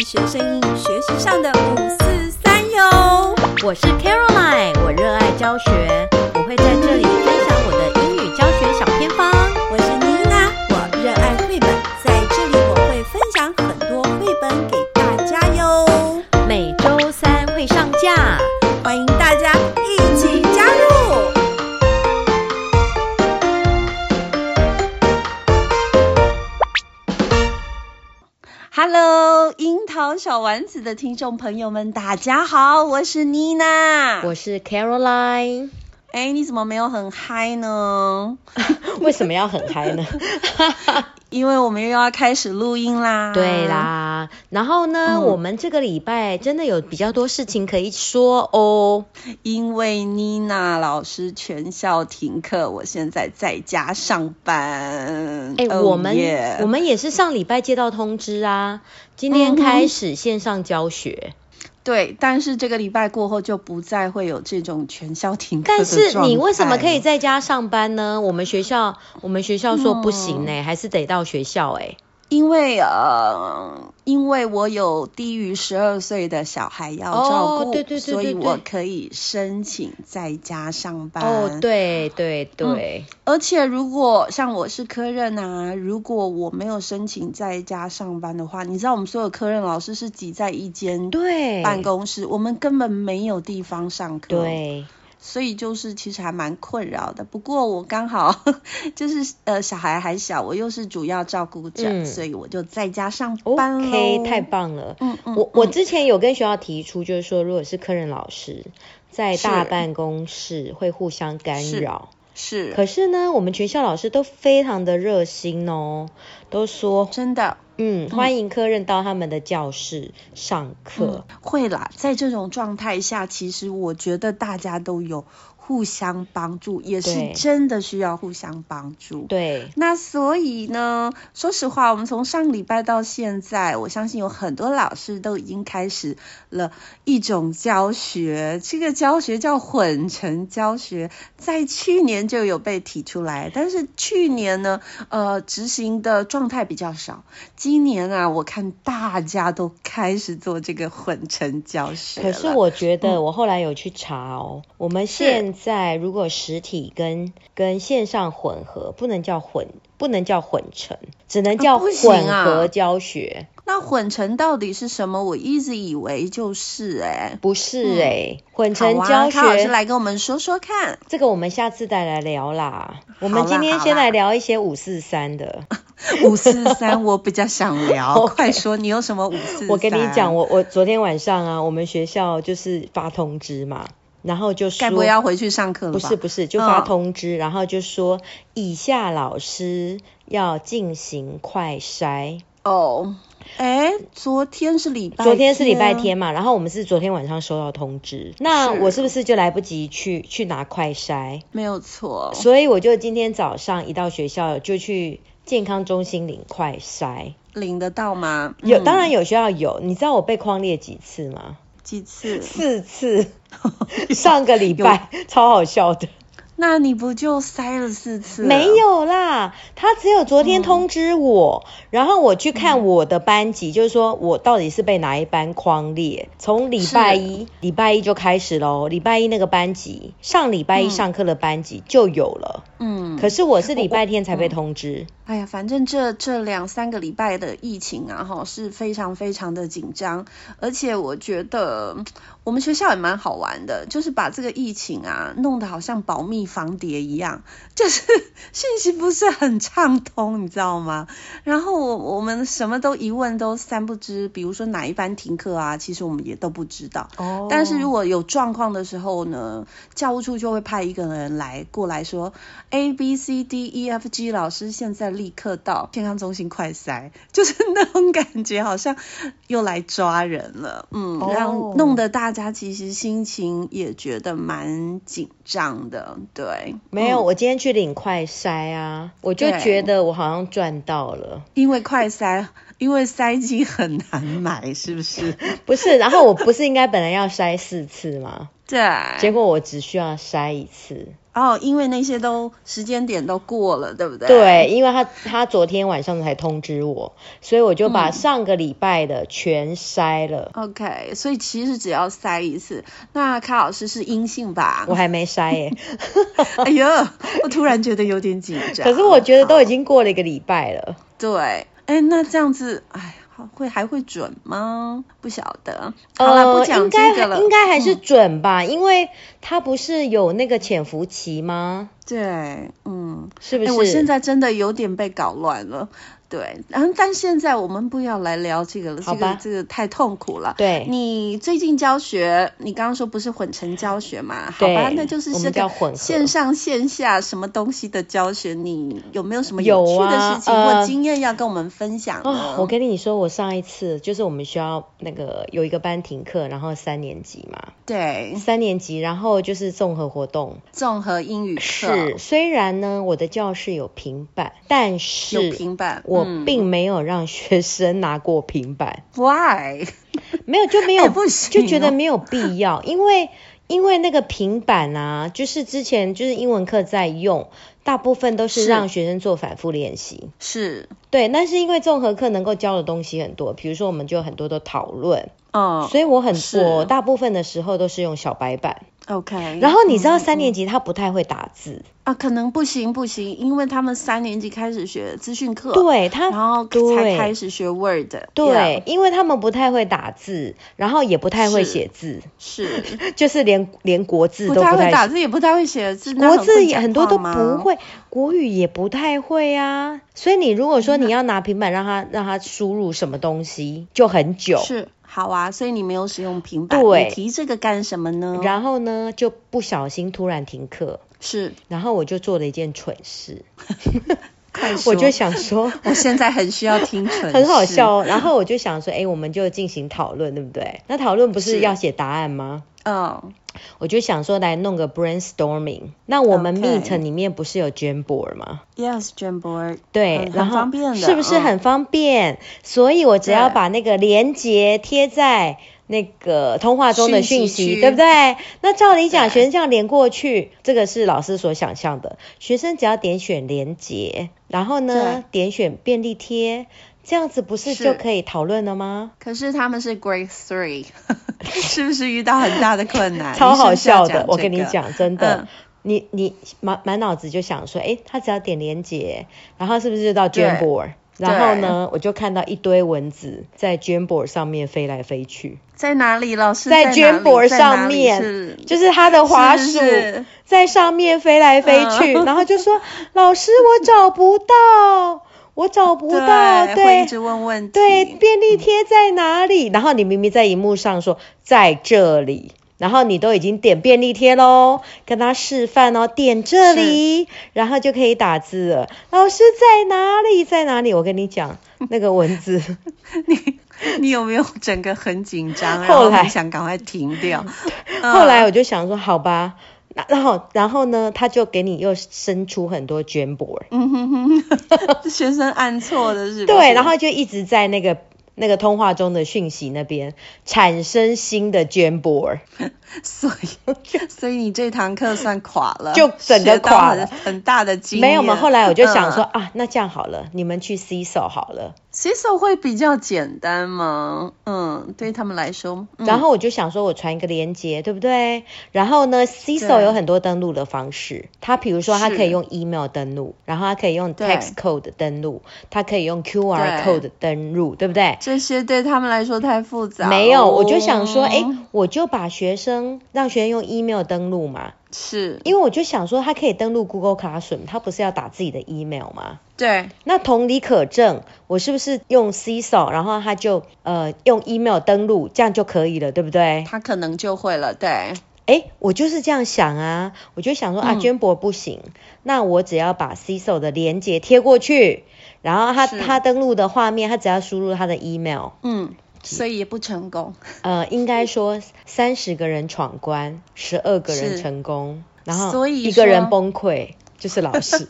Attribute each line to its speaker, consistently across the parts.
Speaker 1: 医学生英语学习上的五四三哟。
Speaker 2: 我是 Caroline，我热爱教学，我会在这里分享我的英语教学小偏方。
Speaker 1: 我是妮娜，我热爱绘本，在这里我会分享很多绘本给大家哟，
Speaker 2: 每周三会上架。
Speaker 1: 欢迎大家一起加入。Hello，樱桃小丸子的听众朋友们，大家好，我是妮娜。
Speaker 2: 我是 Caroline，
Speaker 1: 哎，你怎么没有很嗨呢？
Speaker 2: 为什么要很嗨 呢？
Speaker 1: 因为我们又要开始录音啦。
Speaker 2: 对。啦，然后呢，
Speaker 1: 嗯
Speaker 2: 我们这个礼拜真的有比较多事情可以说哦。
Speaker 1: 因为妮娜老师全校停课，我现在在家上班。
Speaker 2: 哎、
Speaker 1: Oh
Speaker 2: 我们
Speaker 1: yeah
Speaker 2: 我们也是上礼拜接到通知啊，今
Speaker 1: 嗯
Speaker 2: 天
Speaker 1: 哼
Speaker 2: 开始线上教学。
Speaker 1: 对，但是这个礼拜过后就不再会有这种全校停课的
Speaker 2: 但是
Speaker 1: 状态
Speaker 2: 你为什么可以
Speaker 1: 了？
Speaker 2: 在家上班呢？我们学校我们学校说不行
Speaker 1: 嗯
Speaker 2: 呢、还是得到学校哎、
Speaker 1: 因为呃，因为我有低于十二岁的小孩要照顾，
Speaker 2: 哦对对对对
Speaker 1: 所以
Speaker 2: 对
Speaker 1: 我可以申请在家上班。
Speaker 2: 哦，对对对，
Speaker 1: 而且如果像我是科任啊，如果我没有申请在家上班的话，你知道我们所有科任老师是挤在一间
Speaker 2: 对
Speaker 1: 办公室，我们根本没有地方上课，，
Speaker 2: 对，
Speaker 1: 所以就是其实还蛮困扰的。不过我刚好就是呃小孩还小，我又是主要照顾者，
Speaker 2: 嗯
Speaker 1: 所以我就在家上班喽。
Speaker 2: OK，太棒了。
Speaker 1: 嗯嗯，
Speaker 2: 我我
Speaker 1: 嗯
Speaker 2: 之前有跟学校提出，就是说，如果是科任老师在大
Speaker 1: 是
Speaker 2: 办公室会互相干
Speaker 1: 是
Speaker 2: 扰，
Speaker 1: 是
Speaker 2: 可是呢，我们全校老师都非常的热心哦，都说
Speaker 1: 真的。
Speaker 2: 嗯，欢迎科任到他们的教室上课。
Speaker 1: 会啦，在这种状态下，其实我觉得大家都有互相帮助，也是
Speaker 2: 对
Speaker 1: 真的需要互相帮助。
Speaker 2: 对，
Speaker 1: 那所以呢，说实话，我们从上礼拜到现在，我相信有很多老师都已经开始了一种教学，这个教学叫混成教学，在去年就有被提出来，但是去年呢，呃，执行的状态比较少。今年啊，我看大家都开始做这个混成教学
Speaker 2: 可是
Speaker 1: 了嗯
Speaker 2: 我觉得我后来有去查哦，我们现在如果实体跟跟线上混合，不能叫混，不能叫混成，只能叫
Speaker 1: 啊不行
Speaker 2: 混
Speaker 1: 啊
Speaker 2: 合教学。
Speaker 1: 那混成到底是什么？我一直以为就是哎、
Speaker 2: 不是哎、
Speaker 1: 好
Speaker 2: 混成
Speaker 1: 啊，
Speaker 2: 教
Speaker 1: 康老师
Speaker 2: 学、
Speaker 1: 来跟我们说说看。
Speaker 2: 这个我们下次再来聊啦。
Speaker 1: 好
Speaker 2: 我们
Speaker 1: 啦
Speaker 2: 今天
Speaker 1: 好
Speaker 2: 先
Speaker 1: 啦
Speaker 2: 来聊一些五四三的。
Speaker 1: 五四 三，我比较想聊，
Speaker 2: OK
Speaker 1: 快说，你有什么五四三？
Speaker 2: 我跟你讲，，我我昨天晚上啊，我们学校就是发通知嘛，然后就说
Speaker 1: 该不会要回去上课了吧？
Speaker 2: 不是不是，就发
Speaker 1: 嗯
Speaker 2: 通知，然后就说以下老师要进行快筛。
Speaker 1: 哦，哎，昨天是礼拜，
Speaker 2: 昨天是礼拜，天嘛，然后我们是昨天晚上收到通知，那
Speaker 1: 啊是
Speaker 2: 我是不是就来不及去去拿快筛？
Speaker 1: 没有错。
Speaker 2: 所以我就今天早上一到学校就去健康中心领快筛。
Speaker 1: 领得到吗？
Speaker 2: 有，
Speaker 1: 嗯
Speaker 2: 当然有学校有，你知道我被框列几次吗？
Speaker 1: 几次。
Speaker 2: 四次，上个礼拜 超好笑的。
Speaker 1: 那你不就塞了四次？
Speaker 2: 没，有啦，他只有昨
Speaker 1: 嗯
Speaker 2: 天通知我，然后我去看我的班级，就是说我到底是被哪一班框列。从礼拜一，礼拜一就开始喽，礼拜一那个班级，上礼拜一
Speaker 1: 嗯
Speaker 2: 上课的班级就有了，
Speaker 1: 嗯，
Speaker 2: 可是我是礼拜天才被通知。
Speaker 1: 哎呀，反正这这两三个礼拜的疫情啊，哈，是非常非常的紧张，而且我觉得嗯我们学校也蛮好玩的，就是把这个疫情啊弄得好像保密防谍一样，就是 信息不是很畅通，你知道吗？然后我我们什么都一问都三不知，比如说哪一班停课啊，其实我们也都不知道。
Speaker 2: 哦
Speaker 1: 但是如果有状况的时候呢，教务处就会派一个人来过来说，A B C D E F G 老师现在立刻到健康中心快筛，就是 那种感觉，好像又来抓人了，嗯，
Speaker 2: 哦
Speaker 1: 然后弄得大家其实心情也觉得蛮紧张的，对，
Speaker 2: 没有，
Speaker 1: 嗯
Speaker 2: 我今天去领快筛啊，我就
Speaker 1: 对
Speaker 2: 觉得我好像赚到了。
Speaker 1: 因为快筛，因为筛机很难买，是不是？
Speaker 2: 不是，然后我不是应该本来要筛四次吗？
Speaker 1: 对，
Speaker 2: 结果我只需要筛一次。
Speaker 1: 哦，因为那些都时间点都过了，对不对？
Speaker 2: 对，因为他他昨天晚上才通知我，所以我就把上个礼拜的全筛了。
Speaker 1: OK，所以其实只要筛一次。那卡老师是阴性吧
Speaker 2: 我？还没筛耶、
Speaker 1: 哎呀， 我突然觉得有点紧张。
Speaker 2: 可是我觉得都已经过了一个礼拜了。
Speaker 1: 对，哎，那这样子，哎，好会还会准吗？不晓得。好了，不讲
Speaker 2: 应该
Speaker 1: 这个了。嗯
Speaker 2: 呃应该还是准吧，因为它不是有那个潜伏期吗？
Speaker 1: 对，嗯，
Speaker 2: 是不
Speaker 1: 哎、
Speaker 2: 是？
Speaker 1: 我现在真的有点被搞乱了。对，然后但现在我们不要来聊这个了，
Speaker 2: 好
Speaker 1: 这
Speaker 2: 吧
Speaker 1: 个这个太痛苦了。
Speaker 2: 对
Speaker 1: 你最近教学，你刚刚说不是混成教学嘛？好吧，
Speaker 2: 对
Speaker 1: 啊那就是
Speaker 2: 我们
Speaker 1: 这
Speaker 2: 叫
Speaker 1: 个
Speaker 2: 混合
Speaker 1: 线上线下什么东西的教学，你有没有什么
Speaker 2: 有
Speaker 1: 趣的
Speaker 2: 啊
Speaker 1: 事情、或
Speaker 2: 呃
Speaker 1: 经验要跟我们分享呢？
Speaker 2: 哦，我跟你说，我上一次就是我们需要那个有一个班停课，然后三年级嘛，
Speaker 1: 对
Speaker 2: 三年级，然后就是综合活动。
Speaker 1: 综合英语课
Speaker 2: 是，虽然呢我的教室有平板，但
Speaker 1: 有
Speaker 2: 是
Speaker 1: 平板，
Speaker 2: 我
Speaker 1: 嗯
Speaker 2: 并没有让学生拿过平板，
Speaker 1: why
Speaker 2: 没有就没有，
Speaker 1: 哎不行
Speaker 2: 就觉
Speaker 1: 哦
Speaker 2: 得没有必要，因为因为那个平板啊，就是之前就是英文课在用，大部分都是
Speaker 1: 是
Speaker 2: 让学生做反复练习。
Speaker 1: 是
Speaker 2: 对，但是因为综合课能够教的东西很多，比如说我们就有很多的讨论，
Speaker 1: 哦
Speaker 2: 所以我很
Speaker 1: 是
Speaker 2: 我大部分的时候都是用小白板。
Speaker 1: ，OK。
Speaker 2: 然后你知道
Speaker 1: 嗯
Speaker 2: 三年级他不太会打字，
Speaker 1: 啊，可能不行不行，因为他们三年级开始学资讯课，，
Speaker 2: 对他，
Speaker 1: 然后才
Speaker 2: 对
Speaker 1: 开始学 Word，
Speaker 2: 对
Speaker 1: yeah，
Speaker 2: 因为他们不太会打字，然后也不太会
Speaker 1: 是
Speaker 2: 写字，
Speaker 1: 是
Speaker 2: 就是连连国字
Speaker 1: 不
Speaker 2: 都不
Speaker 1: 太会
Speaker 2: 太
Speaker 1: 打字，也不太会写字，那
Speaker 2: 国
Speaker 1: 很会
Speaker 2: 字也
Speaker 1: 讲
Speaker 2: 很多
Speaker 1: 话
Speaker 2: 都
Speaker 1: 吗
Speaker 2: 不。会，国语也不太会啊。所以你如果
Speaker 1: 嗯
Speaker 2: 说你要拿平板让他让他输入什么东西，就很久。
Speaker 1: 是，好啊，所以你没有使用平板，
Speaker 2: 对
Speaker 1: 你提这个干什么呢？
Speaker 2: 然后呢，就不小心突然停课，
Speaker 1: 是，
Speaker 2: 然后我就做了一件蠢事，
Speaker 1: 快 说，
Speaker 2: 我就，想说
Speaker 1: 我现在很需要听纯，
Speaker 2: 很好笑，哦。然后我就想说，哎，我们就进行讨论，对不对？那讨论不
Speaker 1: 是
Speaker 2: 是要写答案吗？
Speaker 1: 嗯，
Speaker 2: 我就想说来弄个 brainstorming。那我们
Speaker 1: OK
Speaker 2: Meet 里面不是有 Jamboard 吗？
Speaker 1: Yes, Jam Board，
Speaker 2: 对，
Speaker 1: 很
Speaker 2: 然
Speaker 1: 嗯很
Speaker 2: 后
Speaker 1: 方便的，
Speaker 2: 是不是
Speaker 1: 嗯
Speaker 2: 很方便？所以我只要
Speaker 1: 对
Speaker 2: 把那个连接贴在那个通话中的
Speaker 1: 讯
Speaker 2: 讯
Speaker 1: 息区
Speaker 2: 息，对不对？那照理讲，
Speaker 1: 对
Speaker 2: 学生这样连过去，这个是老师所想象的。学生只要点选连接，然后呢，点选便利贴，这样子不是
Speaker 1: 是
Speaker 2: 就可以讨论了吗？
Speaker 1: 可是他们是 Grade Three，是不是遇到很大的困难？
Speaker 2: 超好笑
Speaker 1: 你是不是要
Speaker 2: 的，我跟
Speaker 1: 这
Speaker 2: 你
Speaker 1: 个，
Speaker 2: 讲，真的。
Speaker 1: 嗯
Speaker 2: 你你满满脑子就想说，诶，他只要点连接，然后是不是就到
Speaker 1: 对
Speaker 2: Jamboard？然后呢，我就看到一堆蚊子在 Jamboard 上面飞来飞去，
Speaker 1: 在哪里？老师
Speaker 2: 在
Speaker 1: 哪里
Speaker 2: Jamboard
Speaker 1: 在哪
Speaker 2: 上
Speaker 1: 里
Speaker 2: 面
Speaker 1: 是，
Speaker 2: 就是它的滑
Speaker 1: 是
Speaker 2: 鼠
Speaker 1: 是嗯
Speaker 2: 在上面飞来飞去，然后就说 老师我找不到，我找不到，
Speaker 1: 对，会一
Speaker 2: 对
Speaker 1: 直问问题，
Speaker 2: 对，便利贴在哪里？然后你明明在荧幕上说在这里，然后你都已经点便利贴喽，跟他示范哦，点这里，然后就可以打字了。老师在哪里？在哪里？我跟你讲，那个文字
Speaker 1: 你 你有没有整个很紧张，然
Speaker 2: 后
Speaker 1: 后
Speaker 2: 来
Speaker 1: 很想赶快停掉？
Speaker 2: 后来我就想说，好吧，那然后然后呢，他就给你又生出很多卷博，
Speaker 1: 嗯哼哼，学生按错的是不是
Speaker 2: 对，然后就一直在那个。那个通话中的讯息那边产生新的卷博，
Speaker 1: 所以 所以你这堂课算垮了，
Speaker 2: 就整个
Speaker 1: 学到
Speaker 2: 垮
Speaker 1: 很
Speaker 2: 了
Speaker 1: 很大的经验。
Speaker 2: 没有嘛？后来我就想说、
Speaker 1: 嗯，
Speaker 2: 啊，那这样好了，你们去 C 手好了。
Speaker 1: 洗手会比较简单吗？嗯，对他们来说，嗯
Speaker 2: 然后我就想说，我传一个链接，对不对？然后呢，C 手
Speaker 1: 对
Speaker 2: 有很多登录的方式，它比如说它
Speaker 1: 是
Speaker 2: 可以用 email 登录，然后它可以用
Speaker 1: 对
Speaker 2: text code 登录，它可以用 QR
Speaker 1: 对
Speaker 2: code 登录，对不对？
Speaker 1: 这哦些对他们来说太复杂。
Speaker 2: 没有，我就想说，哎，，我就把学生让学生用 email 登录嘛，
Speaker 1: 是，
Speaker 2: 因为我就想说，他可以登录 Google Classroom，他不是要打自己的 email 吗？
Speaker 1: 对，
Speaker 2: 那同理可证，我是不是用 C 手，然后他就呃用 email 登录，这样就可以了，对不对？
Speaker 1: 他可能就会了，对，
Speaker 2: 诶，我就是这样想啊，我就想说啊，
Speaker 1: 嗯
Speaker 2: 娟博不行，那我只要把 C 手的连接贴过去，然后他
Speaker 1: 是
Speaker 2: 他登录的画面，他只要输入他的 email，
Speaker 1: 嗯，所以也不成功。
Speaker 2: 呃，应该说三十个人闯关，十二个人
Speaker 1: 是
Speaker 2: 成功，然后
Speaker 1: 所以
Speaker 2: 一个人
Speaker 1: 说
Speaker 2: 崩溃，就是老师。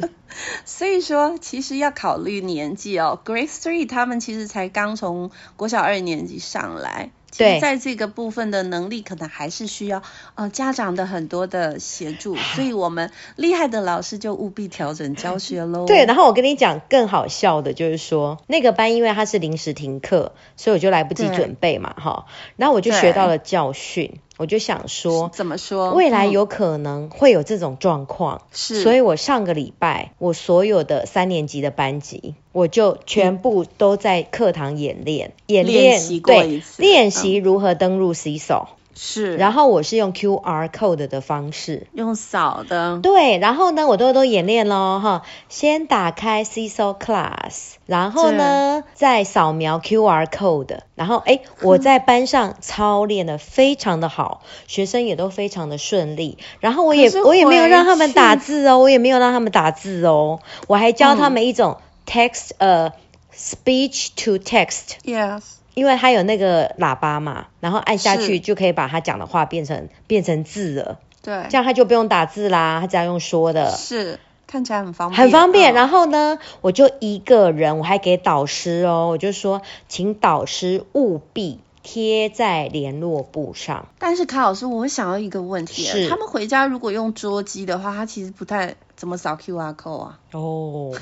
Speaker 1: 所以说，其实要考虑年纪哦。Grade Three 他们其实才刚从国小二年级上来，其
Speaker 2: 对
Speaker 1: 实在这个部分的能力可能还是需要呃家长的很多的协助，
Speaker 2: 啊
Speaker 1: 所以我们厉害的老师就务必调整教学喽。
Speaker 2: 对，然后我跟你讲更好笑的，就是说那个班因为它是临时停课，所以我就来不及
Speaker 1: 对
Speaker 2: 准备嘛，哈。然后我就
Speaker 1: 对
Speaker 2: 学到了教训，我就想说，
Speaker 1: 怎么说？
Speaker 2: 未来
Speaker 1: 嗯
Speaker 2: 有可能会有这种状况，
Speaker 1: 是
Speaker 2: 所以我上个礼拜我所有的三年级的班级，我就全部都在课堂演练，演
Speaker 1: 嗯练
Speaker 2: 练
Speaker 1: 习过一
Speaker 2: 对
Speaker 1: 次嗯
Speaker 2: 练习如何登录洗手，
Speaker 1: 是，
Speaker 2: 然后我是用 QR code 的方式。
Speaker 1: 用扫的，
Speaker 2: 对，然后呢，我都都演练咯，哈，先打开 CSO Class，然后呢，再扫描 QR code，然后哎，我在班上操练的非常的好，学生也都非常的顺利，然后我也
Speaker 1: 可是
Speaker 2: 我也没有让他们打
Speaker 1: 回去
Speaker 2: 字哦，我也没有让他们打字哦，我还教他
Speaker 1: 嗯
Speaker 2: 们一种 text 呃 speech to text，
Speaker 1: yes，
Speaker 2: 因为它有那个喇叭嘛，然后按下
Speaker 1: 是
Speaker 2: 去就可以把他讲的话变成变成字了。
Speaker 1: 对
Speaker 2: 这，样他就不用打字啦，他只要用说的，
Speaker 1: 是看起来很方便，
Speaker 2: 很方
Speaker 1: 嗯
Speaker 2: 便。然后呢，我就一个人，我还给导师哦，我就说，请导师务必贴在联络簿上。
Speaker 1: 但是卡老师，我想要一个问题，啊
Speaker 2: 是
Speaker 1: 他们回家如果用桌机的话，他其实不太怎么扫 QR code 啊。
Speaker 2: 哦，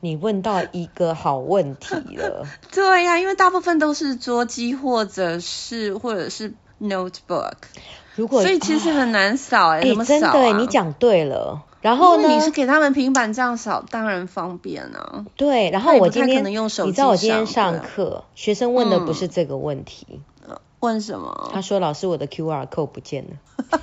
Speaker 2: 你问到一个好问题了。
Speaker 1: 对呀、因为大部分都是桌机或者是或者是 notebook，
Speaker 2: 如果
Speaker 1: 所以其实很难扫哎、
Speaker 2: 哎、
Speaker 1: 怎么
Speaker 2: 真的、
Speaker 1: 扫、啊
Speaker 2: 欸，你，讲对了。然后
Speaker 1: 因为
Speaker 2: 呢
Speaker 1: 你？是给他们平板这样扫，当然方便啊。
Speaker 2: 对，
Speaker 1: 那
Speaker 2: 然后
Speaker 1: 也
Speaker 2: 我
Speaker 1: 不太
Speaker 2: 今天
Speaker 1: 可能用手
Speaker 2: 你知道我
Speaker 1: 机
Speaker 2: 今天
Speaker 1: 上对啊
Speaker 2: 上课，学生问的不
Speaker 1: 嗯
Speaker 2: 是这个问题，
Speaker 1: 问什
Speaker 2: 他
Speaker 1: 么？
Speaker 2: 说老师我的 QR code 不见了。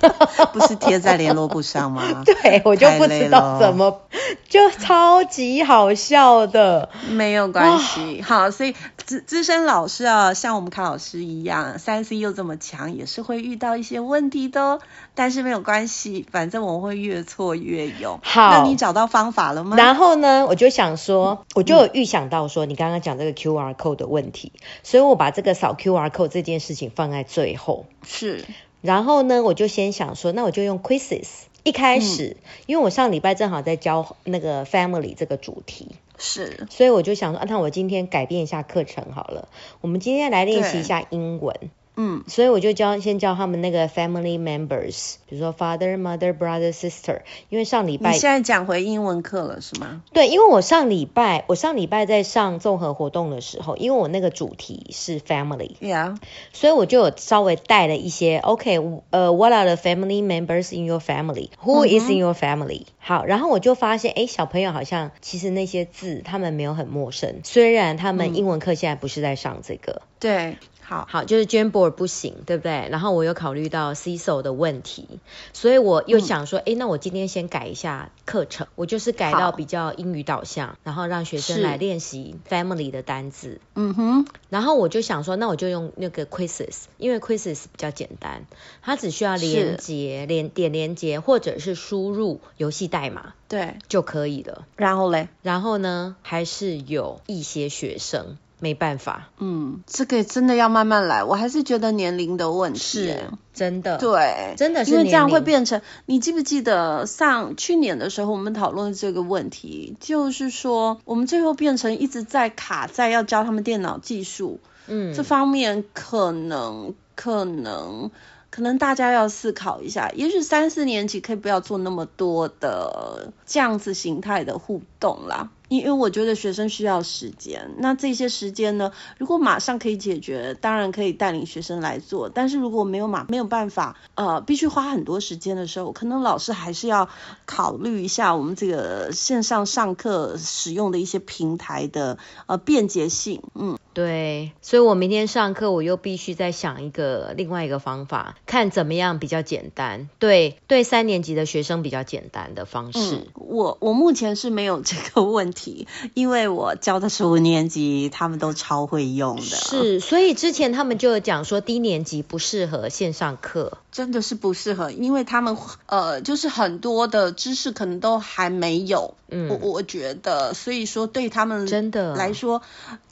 Speaker 1: 不是贴在联络簿上吗？
Speaker 2: 对，哎我就
Speaker 1: 太
Speaker 2: 不
Speaker 1: 累
Speaker 2: 知道
Speaker 1: 了
Speaker 2: 怎么，就超级好笑的。
Speaker 1: 没有关系，好，所以资资深老师啊，像我们卡老师一样，三 C 又这么强，也是会遇到一些问题的哦。但是没有关系，反正我们会越挫越勇。
Speaker 2: 好
Speaker 1: 那你找到方法了吗？
Speaker 2: 然后呢，我就想说，我就有预想到说你刚刚讲这个 QR code 的问题，所以我把这个扫 QR code 这件事情放在最后。
Speaker 1: 是
Speaker 2: 然后呢，我就先想说，那我就用 quizzes。一开始，
Speaker 1: 嗯
Speaker 2: 因为我上礼拜正好在教那个 family 这个主题，
Speaker 1: 是，
Speaker 2: 所以我就想说，啊，那我今天改变一下课程好了，我们今天来练习一下英文。
Speaker 1: 嗯，
Speaker 2: 所以我就教先教他们那个 family members，比如说 father、mother、brother、sister，因为上礼
Speaker 1: 你
Speaker 2: 拜
Speaker 1: 现在讲回英文课了是吗？
Speaker 2: 对，因为我上礼拜我上礼拜在上综合活动的时候，因为我那个主题是 family，
Speaker 1: Yeah，
Speaker 2: 所以我就有稍微带了一些 OK，呃、w h a t are the family members in your family？Who is
Speaker 1: 嗯
Speaker 2: in your family？、好，然后我就发现，哎，小朋友好像其实那些字他们没有很陌生，虽然他
Speaker 1: 嗯
Speaker 2: 们英文课现在不是在上这个，
Speaker 1: 对，好，
Speaker 2: 好，就是 Jamboard 不行，对不对？然后我有考虑到 CISO 的问题，所以我又想说，诶，那我今天先改一下课程，我就是改
Speaker 1: 嗯好
Speaker 2: 到比较英语导向，然后让学生
Speaker 1: 是
Speaker 2: 来练习 family 的单字。
Speaker 1: 嗯哼，
Speaker 2: 然后我就想说，那我就用那个 quizzes，因为 quizzes 比较简单，它只需要连
Speaker 1: 是
Speaker 2: 接、连点连接或者是输入游戏代码
Speaker 1: 对，
Speaker 2: 就可以了。
Speaker 1: 然后嘞，
Speaker 2: 然后呢，还是有一些学生没办法，
Speaker 1: 嗯，这个真的要慢慢来，我还是觉得年龄的问题耶。
Speaker 2: 真的，
Speaker 1: 对，
Speaker 2: 真的是
Speaker 1: 因为这样
Speaker 2: 年
Speaker 1: 会
Speaker 2: 龄
Speaker 1: 变成，你记不记得上去年的时候我们讨论这个问题，就是说我们最后变成一直在卡在要教他们电脑技术、
Speaker 2: 嗯
Speaker 1: 这方面，可能可能可能大家要思考一下，也许三四年级可以不要做那么多的这样子形态的互动啦。因因为我觉得学生需要时间，那这些时间呢，如果马上可以解决，当然可以带领学生来做。但是如果没有马没有办法，呃，必须花很多时间的时候，可能老师还是要考虑一下我们这个线上上课使用的一些平台的呃便捷性。嗯，
Speaker 2: 对，所以我明天上课我又必须再想一个另外一个方法，看怎么样比较简单，对对，三年级的学生比较简单的方式。
Speaker 1: 嗯我我目前是没有这个 问题，因为我教的是五年级，他们都超会用的，
Speaker 2: 是，所以之前他们就有讲说低年级不适合线上课，
Speaker 1: 真的是不适合，因为他们呃就是很多的知识可能都还没有。我
Speaker 2: 嗯，
Speaker 1: 我觉得，所以说对他们
Speaker 2: 真的
Speaker 1: 来说，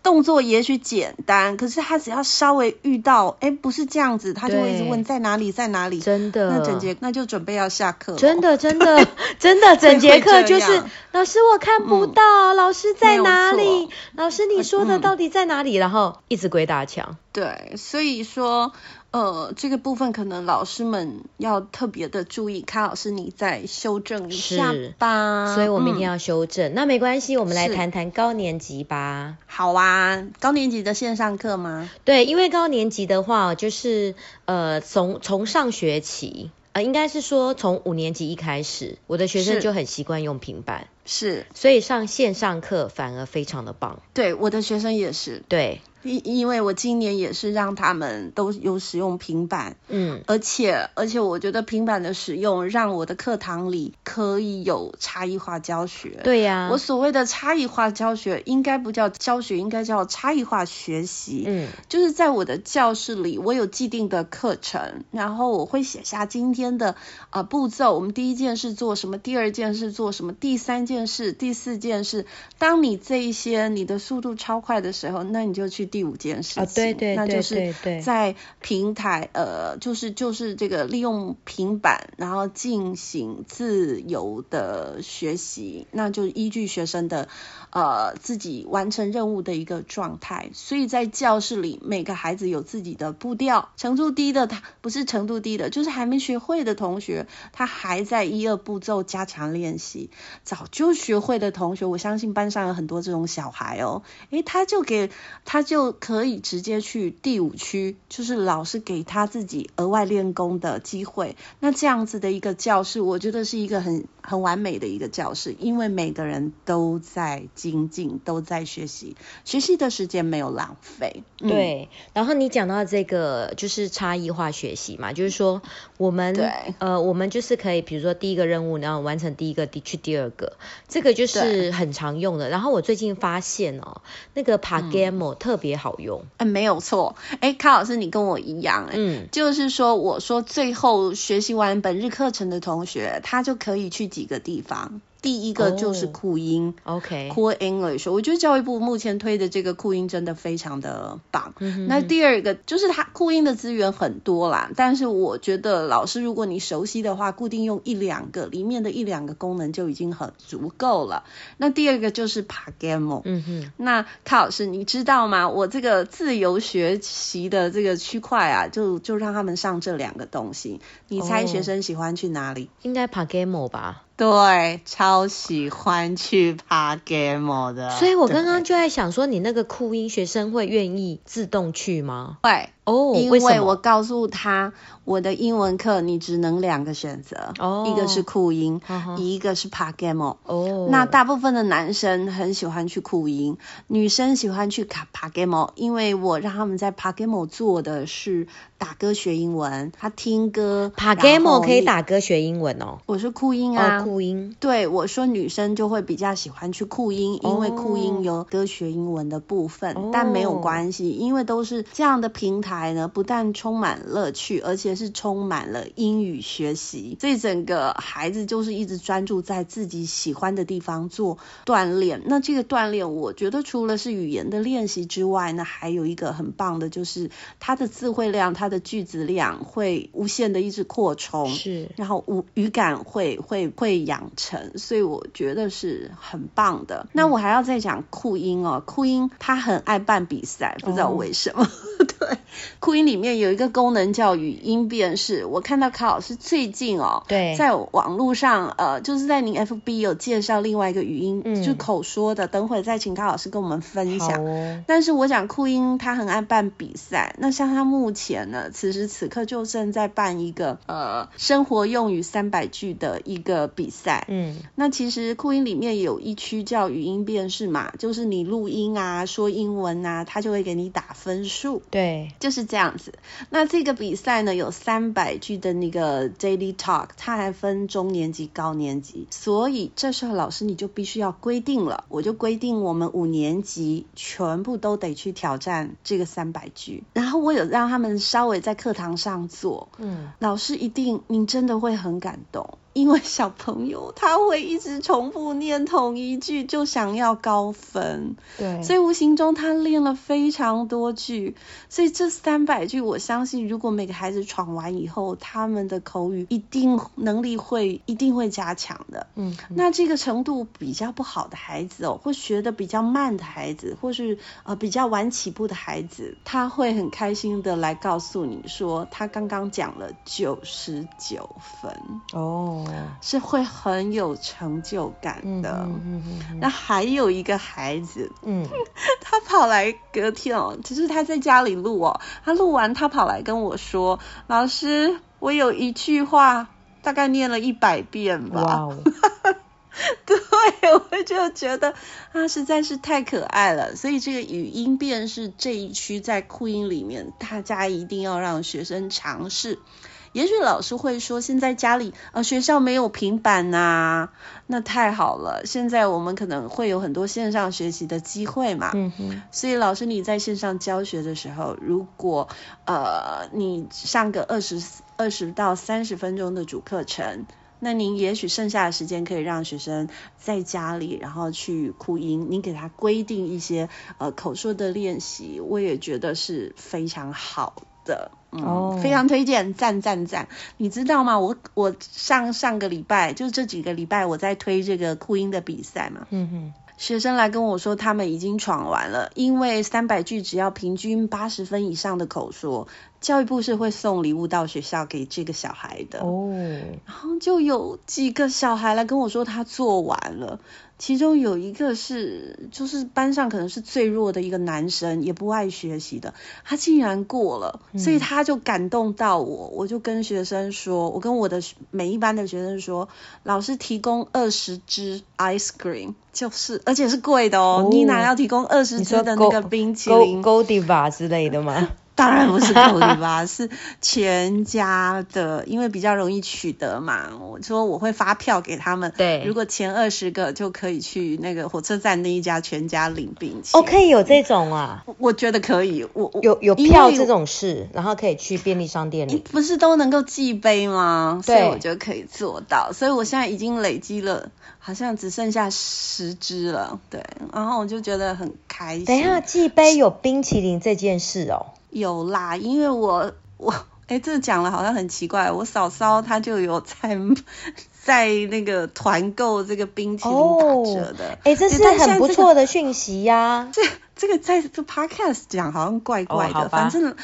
Speaker 1: 动作也许简单，可是他只要稍微遇到，哎，不是这样子，他就会一直
Speaker 2: 对
Speaker 1: 问在哪里，在哪里。
Speaker 2: 真的，
Speaker 1: 那整节那就准备要下课了。
Speaker 2: 真的，真的，真的，整节课就是
Speaker 1: 样
Speaker 2: 老师我看不
Speaker 1: 嗯
Speaker 2: 到，老师在
Speaker 1: 没有
Speaker 2: 哪
Speaker 1: 错
Speaker 2: 里？老师你说的
Speaker 1: 嗯
Speaker 2: 到底在哪里？然后一直鬼打墙。
Speaker 1: 对，所以说，呃，这个部分可能老师们要特别的注意，看老师你再修正一下
Speaker 2: 是
Speaker 1: 吧。
Speaker 2: 所以我们一
Speaker 1: 嗯
Speaker 2: 定要修正。那没关系，我们来
Speaker 1: 是
Speaker 2: 谈谈高年级吧。
Speaker 1: 好啊，高年级的线上课吗？
Speaker 2: 对，因为高年级的话，就是呃，从从上学期，呃，应该是说从五年级一开始，我的学生
Speaker 1: 是
Speaker 2: 就很习惯用平板，
Speaker 1: 是，
Speaker 2: 所以上线上课反而非常的棒。
Speaker 1: 对，我的学生也是，
Speaker 2: 对，
Speaker 1: 因因为我今年也是让他们都有使用平板，
Speaker 2: 嗯，
Speaker 1: 而且而且我觉得平板的使用让我的课堂里可以有差异化教学。
Speaker 2: 对呀、
Speaker 1: 我所谓的差异化教学，应该不叫教学，应该叫差异化学习。
Speaker 2: 嗯，
Speaker 1: 就是在我的教室里，我有既定的课程，然后我会写下今天的呃步骤，我们第一件事做什么，第二件事做什么，第三件事，第四件事。当你这一些你的速度超快的时候，那你就去第五件事情，
Speaker 2: 啊对对
Speaker 1: 那
Speaker 2: 对
Speaker 1: 就是
Speaker 2: 对对
Speaker 1: 在平台呃，就是就是这个利用平板，然后进行自由的学习，那就依据学生的呃自己完成任务的一个状态。所以在教室里，每个孩子有自己的步调，程度低的他不是程度低的，就是还没学会的同学，他还在一二步骤加强练习。早就学会的同学，我相信班上有很多这种小孩哦，诶，他就给他就可以直接去第五区，就是老师给他自己额外练功的机会。那这样子的一个教室，我觉得是一个很很完美的一个教室，因为每个人都在精进，都在学习，学习的时间没有浪费。嗯、，
Speaker 2: 对，然后你讲到这个就是差异化学习嘛，就是说我们
Speaker 1: 对
Speaker 2: 呃，我们就是可以，比如说第一个任务，然后完成第一个，第去第二个，这个就是
Speaker 1: 对
Speaker 2: 很常用的。然后我最近发现哦，那个 Pagamo 特别好用，
Speaker 1: 嗯，没有错。诶，卡老师，你跟我一样、诶。
Speaker 2: 嗯，
Speaker 1: 就是说，我说最后学习完本日课程的同学，他就可以去几个地方。第一个就是
Speaker 2: 哦
Speaker 1: 酷音、
Speaker 2: OK，
Speaker 1: Cool English，我觉得教育部目前推的这个酷音真的非常的棒。
Speaker 2: 嗯哼
Speaker 1: 那第二个就是它酷音的资源很多啦，但是我觉得老师如果你熟悉的话，固定用一两个，里面的一两个功能就已经很足够了。那第二个就是 Pagamo，
Speaker 2: 嗯哼，
Speaker 1: 那卡老师，你知道吗？我这个自由学习的这个区块啊，就就让他们上这两个东西。你猜
Speaker 2: 哦
Speaker 1: 学生喜欢去哪里？
Speaker 2: 应该 Pagamo 吧？
Speaker 1: 对，超喜欢去爬 game 的。
Speaker 2: 所以我刚
Speaker 1: 对啊
Speaker 2: 刚就在想说，你那个酷音学生会愿意自动去吗？
Speaker 1: 会，
Speaker 2: 哦，
Speaker 1: 因
Speaker 2: 为什
Speaker 1: 为
Speaker 2: 么
Speaker 1: 我告诉他，我的英文课你只能两个选择，
Speaker 2: 哦
Speaker 1: 一个是酷音，
Speaker 2: 嗯哼
Speaker 1: 一个是爬 game。
Speaker 2: 哦，
Speaker 1: 那大部分的男生很喜欢去酷音，女生喜欢去卡 Pagamo，因为我让他们在 Pagamo 做的是打歌学英文，他听歌
Speaker 2: Pagamo 可以。
Speaker 1: 然后
Speaker 2: 打歌学英文哦，
Speaker 1: 我是酷音啊。
Speaker 2: 哦，酷音。
Speaker 1: 对，我说女生就会比较喜欢去酷音，因为酷
Speaker 2: 哦
Speaker 1: 音有歌学英文的部分，
Speaker 2: 哦
Speaker 1: 但没有关系，因为都是这样的平台呢，不但充满乐趣，而且是充满了英语学习，所以整个孩子就是一直专注在自己喜欢的地方做锻炼。那这个锻炼，我觉得除了是语言的练习之外呢，还有一个很棒的就是他的词汇量、他的句子量会无限的一直扩充。
Speaker 2: 是，
Speaker 1: 然后无语感会会会养成，所以我觉得是很棒
Speaker 2: 嗯
Speaker 1: 的。那我还要再讲酷音哦，酷音他很爱办比赛，不知
Speaker 2: 哦
Speaker 1: 道为什么。 对，酷音里面有一个功能叫语音辨识，我看到卡老师最近哦。
Speaker 2: 对，
Speaker 1: 在网络上，呃，就是在您 FB 有介绍另外一个语音，
Speaker 2: 嗯
Speaker 1: 就口说的，等会再请卡老师跟我们分
Speaker 2: 好
Speaker 1: 享。
Speaker 2: 哦，
Speaker 1: 但是我讲酷音，他很爱办比赛。那像他目前呢，此时此刻就正在办一个呃生活用语三百句的一个比赛。
Speaker 2: 嗯，
Speaker 1: 那其实酷音里面有一区叫语音辨识嘛，就是你录音啊、说英文啊，他就会给你打分数。
Speaker 2: 对，
Speaker 1: 就是这样子。那这个比赛呢，有三百句的那个 daily talk，它还分中年级、高年级，所以这时候老师你就必须要规定了，我就规定我们五年级全部都得去挑战这个三百句，然后我有让他们稍微在课堂上做，
Speaker 2: 嗯，
Speaker 1: 老师一定，您真的会很感动。因为小朋友他会一直重复念同一句，就想要高分，
Speaker 2: 对，
Speaker 1: 所以无形中他练了非常多句。所以这三百句，我相信如果每个孩子闯完以后，他们的口语一定能力会一定会加强的。
Speaker 2: 嗯，
Speaker 1: 那这个程度比较不好的孩子哦，或学的比较慢的孩子，或是呃比较晚起步的孩子，他会很开心的来告诉你说，他刚刚讲了九十九分，
Speaker 2: 哦，
Speaker 1: 是会很有成就感
Speaker 2: 嗯
Speaker 1: 的。
Speaker 2: 嗯嗯嗯嗯
Speaker 1: 那还有一个孩子，
Speaker 2: 嗯，
Speaker 1: 他跑来隔天哦，其实他在家里录哦，他录完他跑来跟我说，老师，我有一句话大概念了一百遍吧。
Speaker 2: 哇哦，
Speaker 1: 对，我就觉得啊，实在是太可爱了。所以这个语音辨识这一区在酷音里面，大家一定要让学生尝试。也许老师会说，现在家里呃学校没有平板呐、那太好了。现在我们可能会有很多线上学习的机会嘛，
Speaker 2: 嗯哼，
Speaker 1: 所以老师你在线上教学的时候，如果呃你上个二十二十到三十分钟的主课程，那您也许剩下的时间可以让学生在家里，然后去哭音，您给他规定一些呃口说的练习，我也觉得是非常好的。嗯
Speaker 2: 哦
Speaker 1: 非常推荐，赞赞赞！你知道吗？我我上上个礼拜，就这几个礼拜，我在推这个酷音的比赛嘛。
Speaker 2: 嗯哼，
Speaker 1: 学生来跟我说，他们已经闯完了，因为三百句只要平均八十分以上的口说，教育部是会送礼物到学校给这个小孩的。
Speaker 2: 哦，
Speaker 1: 然后就有几个小孩来跟我说他做完了，其中有一个是就是班上可能是最弱的一个男生，也不爱学习的，他竟然过了，
Speaker 2: 嗯
Speaker 1: 所以他就感动到我，我就跟学生说，我跟我的学每一班的学生说，老师提供二十支 ice cream，就是而且是贵的哦，
Speaker 2: 哦
Speaker 1: 妮娜要提供二十
Speaker 2: 你
Speaker 1: 支
Speaker 2: 说
Speaker 1: 的那个
Speaker 2: Go-
Speaker 1: 冰淇
Speaker 2: Go
Speaker 1: 淋
Speaker 2: Go Diva 之类 的吗？
Speaker 1: 当然不是狗尾 巴，是全家的，因为比较容易取得嘛。我说我会发票给他们，
Speaker 2: 对
Speaker 1: 如果前二十个就可以去那个火车站那一家全家领冰淇
Speaker 2: 哦，
Speaker 1: 淋。
Speaker 2: 可以有这种啊，
Speaker 1: 我我觉得可以，我我
Speaker 2: 有有
Speaker 1: 因为
Speaker 2: 票这种事，然后可以去便利商店
Speaker 1: 你
Speaker 2: 里。
Speaker 1: 不是都能够寄杯吗？所
Speaker 2: 对
Speaker 1: 以我就可以做到。所以我现在已经累积了，好像只剩下十只了，对。然后我就觉得很开心。
Speaker 2: 等一下，寄杯有冰淇淋这件事哦。
Speaker 1: 有啦，因为我我 哎，这讲了好像很奇怪，我嫂嫂她就有在 在那个团购这个冰淇淋打折的，
Speaker 2: 哎，这是
Speaker 1: 对但现在
Speaker 2: 很不错的讯息呀、
Speaker 1: 这个在这 podcast 讲好像怪怪
Speaker 2: 哦
Speaker 1: 的，
Speaker 2: 好吧
Speaker 1: 反正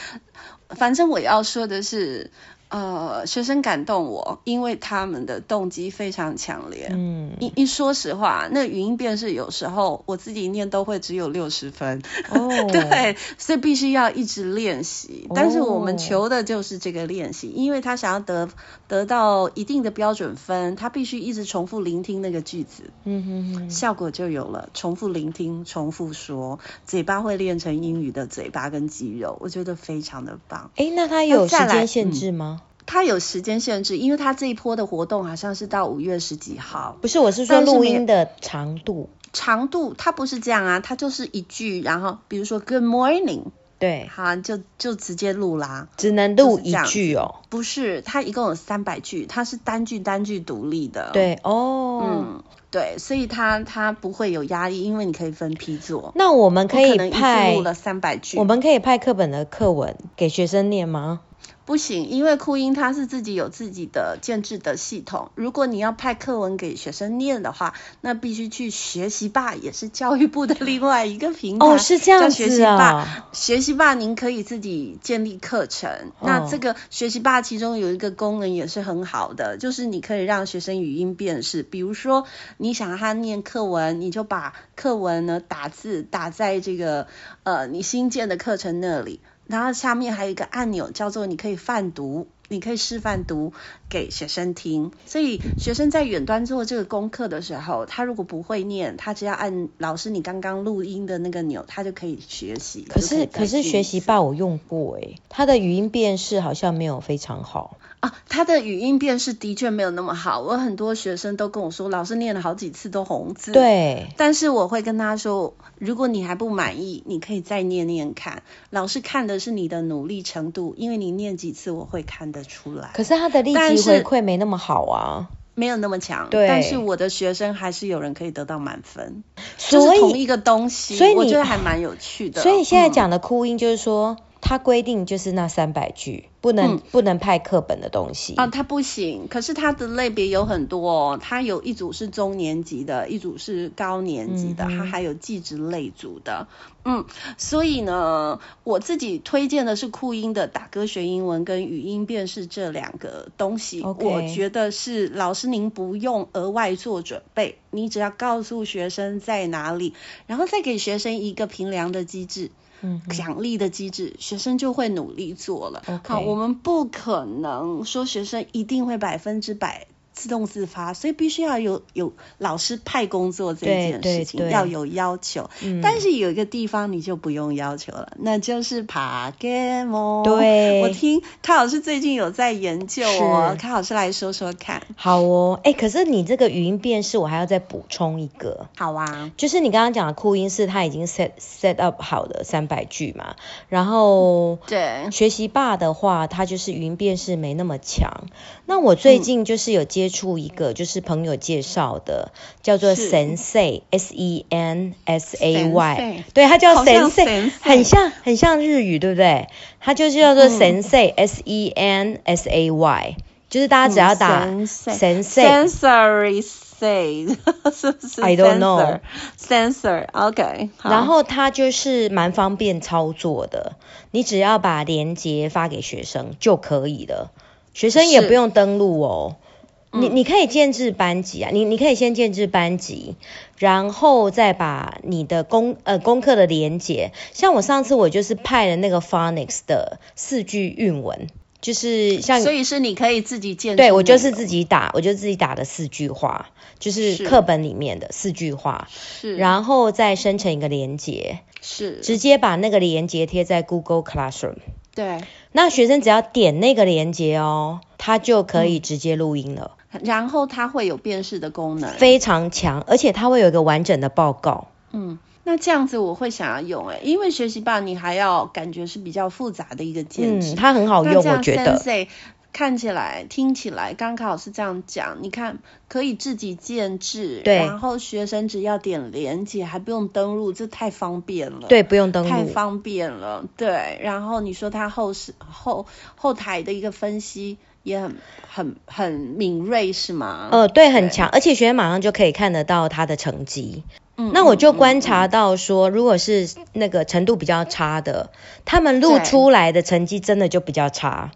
Speaker 1: 反正我要说的是。呃，学生感动我，因为他们的动机非常强烈。
Speaker 2: 嗯，
Speaker 1: 一一说实话，那语音辨识有时候我自己念都会只有六十分，，
Speaker 2: 哦
Speaker 1: 对，所以必须要一直练习。但是我们
Speaker 2: 哦
Speaker 1: 求的就是这个练习，因为他想要得得到一定的标准分，他必须一直重复聆听那个句子，
Speaker 2: 嗯哼哼，
Speaker 1: 效果就有了。重复聆听，重复说，嘴巴会练成英语的嘴巴跟肌肉，我觉得非常的棒。
Speaker 2: 哎，那它有时
Speaker 1: 再来嗯
Speaker 2: 间限制吗？
Speaker 1: 他有时间限制，因为他这一波的活动好像是到五月十几号，
Speaker 2: 不是，我是说
Speaker 1: 但是
Speaker 2: 录
Speaker 1: 没有
Speaker 2: 音的长度。
Speaker 1: 长度它不是这样啊，它就是一句，然后比如说 Good morning，
Speaker 2: 对，
Speaker 1: 好就就直接录啦。
Speaker 2: 只能录
Speaker 1: 就是这
Speaker 2: 一
Speaker 1: 样
Speaker 2: 句哦。
Speaker 1: 不是，它一共有三百句，它是单句单句独立的。，
Speaker 2: 对哦，
Speaker 1: 嗯，对，所以它它不会有压力，因为你可以分批做。
Speaker 2: 那我们可
Speaker 1: 我
Speaker 2: 以
Speaker 1: 能一次
Speaker 2: 派
Speaker 1: 录了三百句，
Speaker 2: 我们可以派课本的课文给学生念吗？
Speaker 1: 不行，因为酷音它是自己有自己的建制的系统。如果你要派课文给学生念的话，那必须去学习吧，也是教育部的另外一个平台。
Speaker 2: 哦，是这样
Speaker 1: 叫学习
Speaker 2: 子
Speaker 1: 吧。
Speaker 2: 啊、
Speaker 1: 学习吧，您可以自己建立课程。
Speaker 2: 哦
Speaker 1: 那这个学习吧其中有一个功能也是很好的，就是你可以让学生语音辨识。比如说，你想让他念课文，你就把课文呢打字打在这个呃你新建的课程那里，然后下面还有一个按钮叫做你可以泛读。你可以示范读给学生听，所以学生在远端做这个功课的时候，他如果不会念，他只要按老师你刚刚录音的那个钮，他就可以学习了。
Speaker 2: 可
Speaker 1: 就以
Speaker 2: 是
Speaker 1: 再
Speaker 2: 可是
Speaker 1: 去
Speaker 2: 学习吧我用过诶、它的语音辨识好像没有非常好。
Speaker 1: 啊，他的语音辨识的确没有那么好。我很多学生都跟我说，老师念了好几次都红字。。
Speaker 2: 对，
Speaker 1: 但是我会跟他说，如果你还不满意，你可以再念念看。老师看的是你的努力程度，因为你念几次我会看得出来。
Speaker 2: 可是它的立
Speaker 1: 但
Speaker 2: 即
Speaker 1: 是
Speaker 2: 回馈没那么好啊。
Speaker 1: 没有那么强，
Speaker 2: 对
Speaker 1: 但是我的学生还是有人可以得到满分，
Speaker 2: 所
Speaker 1: 就是同
Speaker 2: 以
Speaker 1: 一个东西，
Speaker 2: 所以
Speaker 1: 我
Speaker 2: 你
Speaker 1: 觉得还蛮有趣的。
Speaker 2: 所以你现在
Speaker 1: 嗯
Speaker 2: 讲的哭音就是说，它规定就是那三百句，不能、
Speaker 1: 嗯
Speaker 2: 不能派课本的东西。
Speaker 1: 啊，它不行。可是它的类别有很多哦，它有一组是中年级的，一组是高年级的，
Speaker 2: 嗯
Speaker 1: 它
Speaker 2: 哼
Speaker 1: 还有技职类组的。嗯，所以呢，我自己推荐的是酷音的打歌学英文跟语音辨识这两个东西
Speaker 2: OK
Speaker 1: 我觉得是老师您不用额外做准备，你只要告诉学生在哪里，然后再给学生一个评量的机制。
Speaker 2: 嗯哼，
Speaker 1: 奖励的机制，学生就会努力做了。
Speaker 2: OK
Speaker 1: 好，我们不可能说学生一定会百分之百自动自发，所以必须要有有老师派工作这
Speaker 2: 对
Speaker 1: 件
Speaker 2: 对
Speaker 1: 事情
Speaker 2: 对
Speaker 1: 要有要求。
Speaker 2: 嗯
Speaker 1: 但是有一个地方你就不用要求了，那就是爬 game 哦。
Speaker 2: 对
Speaker 1: 我听卡老师最近有在研究哦，
Speaker 2: 是
Speaker 1: 卡老师来说说看。
Speaker 2: 好哦，哎、可是你这个语音辨识，我还要再补充一个。
Speaker 1: 好啊，
Speaker 2: 就是你刚刚讲的酷音是它已经 set set up 好的三百句嘛，然后
Speaker 1: 对，
Speaker 2: 学习霸的话，它就是语音辨识没那么强。那我最近就是有接触一个，就是朋友介绍的，叫做
Speaker 1: 是
Speaker 2: Sensei S E N S A Y，
Speaker 1: Sensei
Speaker 2: 对，它叫
Speaker 1: 好像
Speaker 2: Sensei，
Speaker 1: Sensei
Speaker 2: 很像很像日语，对不对？它就是叫做
Speaker 1: 嗯
Speaker 2: Sensei S E N S A Y，就是大家只要打
Speaker 1: 嗯 sensei
Speaker 2: Sensei。
Speaker 1: sensory say 是不是
Speaker 2: I don't know
Speaker 1: sensor OK，好
Speaker 2: 然后它就是蛮方便操作的，你只要把链接发给学生就可以了，学生也
Speaker 1: 是
Speaker 2: 不用登录哦。你
Speaker 1: 嗯
Speaker 2: 你可以建制班级啊，你你可以先建制班级，然后再把你的功呃功课的连接，像我上次我就是派了那个 phonics 的四句韵文，就是像
Speaker 1: 所以是你可以自己建，
Speaker 2: 对我就是自己打，我就自己打的四句话，就是
Speaker 1: 是
Speaker 2: 课本里面的四句话，
Speaker 1: 是，
Speaker 2: 然后再生成一个连接，
Speaker 1: 是
Speaker 2: 直接把那个连接贴在 Google Classroom，
Speaker 1: 对，
Speaker 2: 那学生只要点那个连接哦，他就可以直接录音了，
Speaker 1: 然后它会有辨识的功能，
Speaker 2: 非常强，而且他会有一个完整的报告。
Speaker 1: 嗯。那这样子我会想要用哎、欸因为学习吧你还要感觉是比较复杂的一个建制，
Speaker 2: 嗯，它很好
Speaker 1: 那
Speaker 2: 用，
Speaker 1: 这
Speaker 2: 我
Speaker 1: 样
Speaker 2: 觉得。
Speaker 1: Sensei 看起来、听起来，刚刚老师这样讲，你看可以自己建制，
Speaker 2: 对
Speaker 1: 然后学生只要点连接，还不用登录，这太方便了。。
Speaker 2: 对，不用登
Speaker 1: 太
Speaker 2: 录。
Speaker 1: 方便了，对。然后你说他后是后后台的一个分析也很很很敏锐，是吗？
Speaker 2: 呃，对，很强，而且学生马上就可以看得到他的成绩。
Speaker 1: 嗯。
Speaker 2: 那我就
Speaker 1: 嗯嗯
Speaker 2: 观察到说，如果是那个程度比较差的，他们录
Speaker 1: 对
Speaker 2: 出来的成绩真的就比较 差，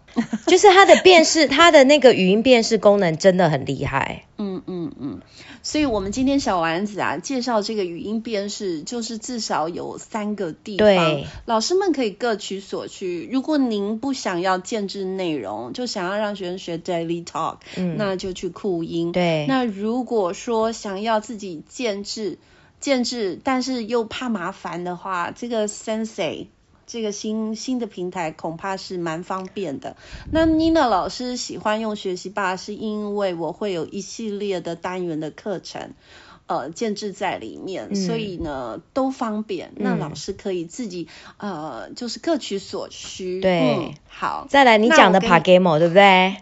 Speaker 2: 就是他的辨识，他的那个语音辨识功能真的很厉害。
Speaker 1: 嗯嗯嗯，所以我们今天小丸子啊介绍这个语音辨识，就是至少有三个地方
Speaker 2: 对，
Speaker 1: 老师们可以各取所需。如果您不想要建制内容，就想要让学生学 daily talk，、
Speaker 2: 嗯，
Speaker 1: 那就去酷音。
Speaker 2: 对，
Speaker 1: 那如果说想要自己建制建制，但是又怕麻烦的话，这个 Sensei 这个新新的平台恐怕是蛮方便的。那 Nina 老师喜欢用学习吧，是因为我会有一系列的单元的课程。呃，建制在里面，
Speaker 2: 嗯
Speaker 1: 所以呢都方便。那
Speaker 2: 嗯
Speaker 1: 老师可以自己呃，就是各取所需。
Speaker 2: 对
Speaker 1: 嗯好。
Speaker 2: 再来你
Speaker 1: 那
Speaker 2: 讲
Speaker 1: 我
Speaker 2: 的
Speaker 1: 跟
Speaker 2: Pagamo 对不对？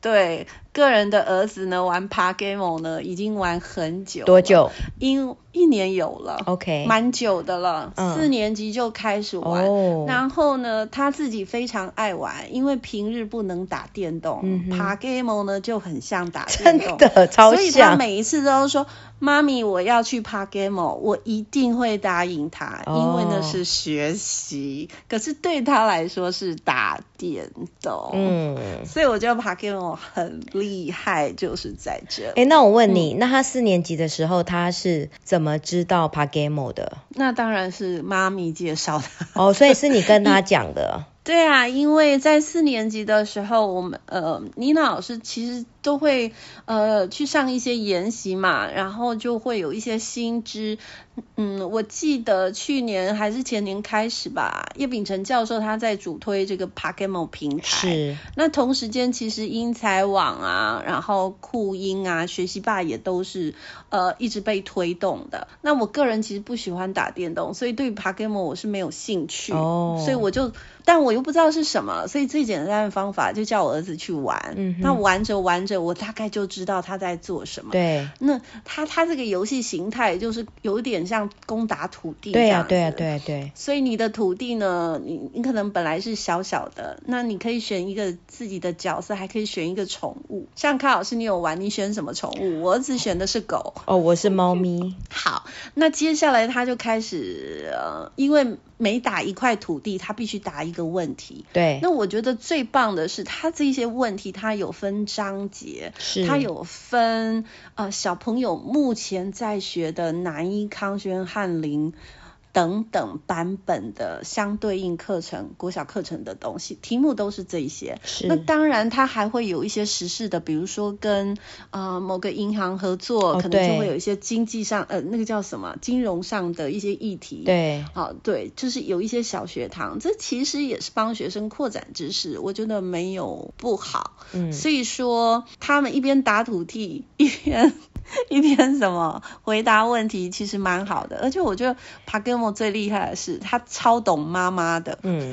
Speaker 1: 对，个人的儿子呢玩 p a g a m o 呢已经玩很久，
Speaker 2: 多？久
Speaker 1: 因一年有了。
Speaker 2: ？OK，
Speaker 1: 蛮久的了，
Speaker 2: 嗯
Speaker 1: 四年级就开始玩。
Speaker 2: 哦，
Speaker 1: 然后呢，他自己非常爱玩，因为平日不能打电动
Speaker 2: 嗯
Speaker 1: p
Speaker 2: 哼
Speaker 1: a g a m o 呢就很像 打电
Speaker 2: 真
Speaker 1: 动。
Speaker 2: 的超
Speaker 1: 所以他
Speaker 2: 像，
Speaker 1: 每一次都说：“妈咪，我要去 p a g a m o 我一定会答应他，因为
Speaker 2: 哦
Speaker 1: 那是学习，可是对他来说是打电动。”
Speaker 2: 嗯。
Speaker 1: 所以我觉得 p a k e m o 很厉害，就是在这。
Speaker 2: 哎，那我问你，
Speaker 1: 嗯
Speaker 2: 那他四年级的时候，他是怎么知道 Pagamo 的？
Speaker 1: 那当然是妈咪介绍的。
Speaker 2: 哦，所以是你跟他讲 的。
Speaker 1: 对啊，因为在四年级的时候，我们呃，妮娜老师其实都会呃去上一些研习嘛，然后就会有一些新知。嗯，我记得去年还是前年开始吧，叶秉成教授他在主推这个 p a k e m o 平台。
Speaker 2: 是，
Speaker 1: 那同时间，其实英才网啊，然后酷音啊，学习吧也都是呃一直被推动的。那我个人其实不喜欢打电动，所以对 p a k e m o 我是没有兴趣，
Speaker 2: 哦
Speaker 1: 所以我就，但我又不知道是什么，所以最简单的方法就叫我儿子去玩。
Speaker 2: 嗯哼
Speaker 1: 那玩着玩着，岁，我大概就知道他在做什么。
Speaker 2: 对，
Speaker 1: 那他他这个游戏形态就是有点像攻打土地这
Speaker 2: 对呀、
Speaker 1: 样子。
Speaker 2: 啊对呀、对、呀对。
Speaker 1: 所以你的土地呢，你你可能本来是小小的，那你可以选一个自己的角色，还可以选一个宠物。像康老师，你有玩，你选什么宠物？我儿子选的是狗。
Speaker 2: 哦，我是猫咪，
Speaker 1: 好，那接下来他就开始，呃，因为每打一块土地，他必须答一个问题。
Speaker 2: 对，
Speaker 1: 那我觉得最棒的是，他这些问题他有分章节，
Speaker 2: 是
Speaker 1: 他有分呃小朋友目前在学的南一、康轩、翰林等等版本的相对应课程、国小课程的东西，题目都是这一些。
Speaker 2: 是
Speaker 1: 那当然，它还会有一些时事的，比如说跟呃某个银行合作，
Speaker 2: 哦
Speaker 1: 可能
Speaker 2: 对
Speaker 1: 就会有一些经济上呃那个叫什么金融上的一些议题。
Speaker 2: 对，
Speaker 1: 好，哦对，就是有一些小学堂，这其实也是帮学生扩展知识，我觉得没有不好。
Speaker 2: 嗯，
Speaker 1: 所以说，他们一边打土地，一边 一边什么回答问题，其实蛮好的。而且我觉得 p a g a m o 最厉害的是，他超懂妈妈的，
Speaker 2: 嗯，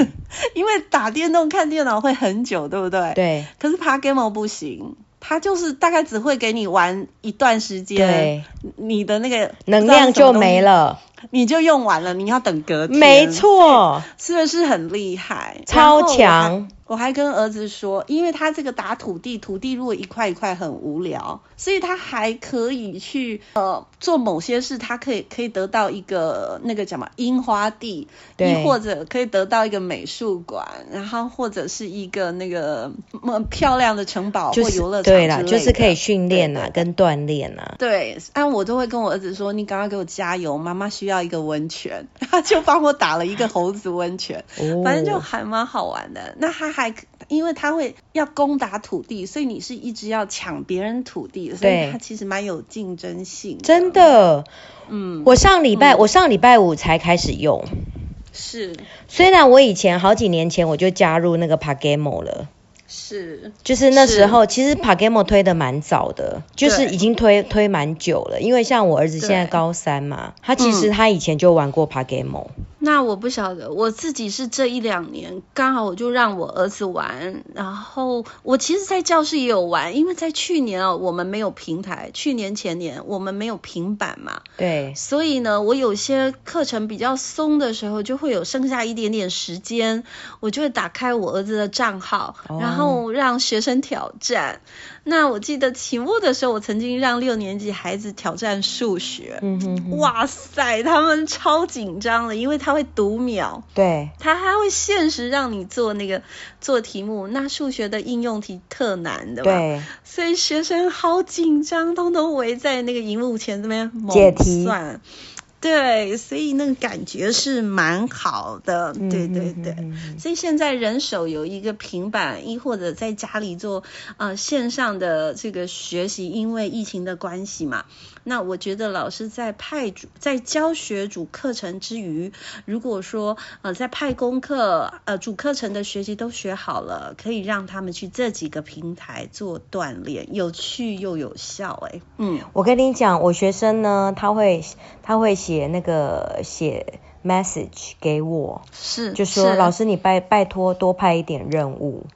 Speaker 1: 因为打电动看电脑会很久，对不对？。
Speaker 2: 对，
Speaker 1: 可是 p a g a m o 不行。他就是大概只会给你玩一段时间，
Speaker 2: 对，
Speaker 1: 你的那个
Speaker 2: 能量就没
Speaker 1: 了。
Speaker 2: 了，
Speaker 1: 你就用完了，你要等隔天。
Speaker 2: 没，错，
Speaker 1: 是不是很厉害？
Speaker 2: 超
Speaker 1: 然后我还。
Speaker 2: 强，
Speaker 1: 我还跟儿子说，因为他这个打土地，土地如果一块一块很无聊，所以他还可以去呃做某些事，他可以可以得到一个那个叫什么樱花地，
Speaker 2: 对
Speaker 1: 亦或者可以得到一个美术馆，然后或者是一个那个嗯漂亮的城堡或
Speaker 2: 就
Speaker 1: 游乐场之类
Speaker 2: 是对
Speaker 1: 的
Speaker 2: 啦，就是可以训练
Speaker 1: 对
Speaker 2: 呐，
Speaker 1: 对
Speaker 2: 跟锻炼呐，
Speaker 1: 对，啊，我都会跟我儿子说，你赶快给我加油，妈妈需要一个温泉，他就帮我打了一个猴子温泉，
Speaker 2: 哦
Speaker 1: 反正就还蛮好玩的。那他还因为他会要攻打土地，所以你是一直要抢别人土地，所以
Speaker 2: 对
Speaker 1: 他其实蛮有竞争性。
Speaker 2: 真，的，
Speaker 1: 嗯，
Speaker 2: 我上礼拜我上礼拜五才开始用，
Speaker 1: 是
Speaker 2: 虽然我以前好几年前我就加入那个 Pagamo 了。
Speaker 1: 是，
Speaker 2: 就是那时
Speaker 1: 是
Speaker 2: 候，其实 Pagamo 推的蛮早的，就是
Speaker 1: 对
Speaker 2: 已经推推蛮久了。因为像我儿子现在
Speaker 1: 对
Speaker 2: 高三
Speaker 1: 嗯
Speaker 2: 嘛，他其实他以前就玩过 Pagamo，、
Speaker 1: 那我不晓得，我自己是这一两年刚好我就让我儿子玩，然后我其实，在教室也有玩，因为在去年啊、我们没有平台，去年前年我们没有平板嘛，
Speaker 2: 对，
Speaker 1: 所以呢，我有些课程比较松的时候，就会有剩下一点点时间，我就会打开我儿子的账号，
Speaker 2: 哦
Speaker 1: 然后让学生挑战。那我记得期末的时候，我曾经让六年级孩子挑战数学，
Speaker 2: 嗯哼哼，
Speaker 1: 哇塞，他们超紧张的，因为他会读秒。
Speaker 2: 对，
Speaker 1: 他还会限时让你做那个做题目，那数学的应用题特难的嘛，
Speaker 2: 对，
Speaker 1: 所以学生好紧张，通通围在那个荧幕前这边猛
Speaker 2: 解题
Speaker 1: 算。对，所以那个感觉是蛮好的， 对对对。
Speaker 2: 嗯哼哼
Speaker 1: 所以现在人手有一个平板，亦或者在家里做呃线上的这个学习，因为疫情的关系嘛，那我觉得老师在派主在教学主课程之余，如果说呃在派功课呃主课程的学习都学好了，可以让他们去这几个平台做锻炼，有趣又有效、哎，嗯，
Speaker 2: 我跟你讲，我学生呢，他会他会写那个写 message 给我，
Speaker 1: 是，
Speaker 2: 就说
Speaker 1: 是
Speaker 2: 老师你拜拜托多派一点任务。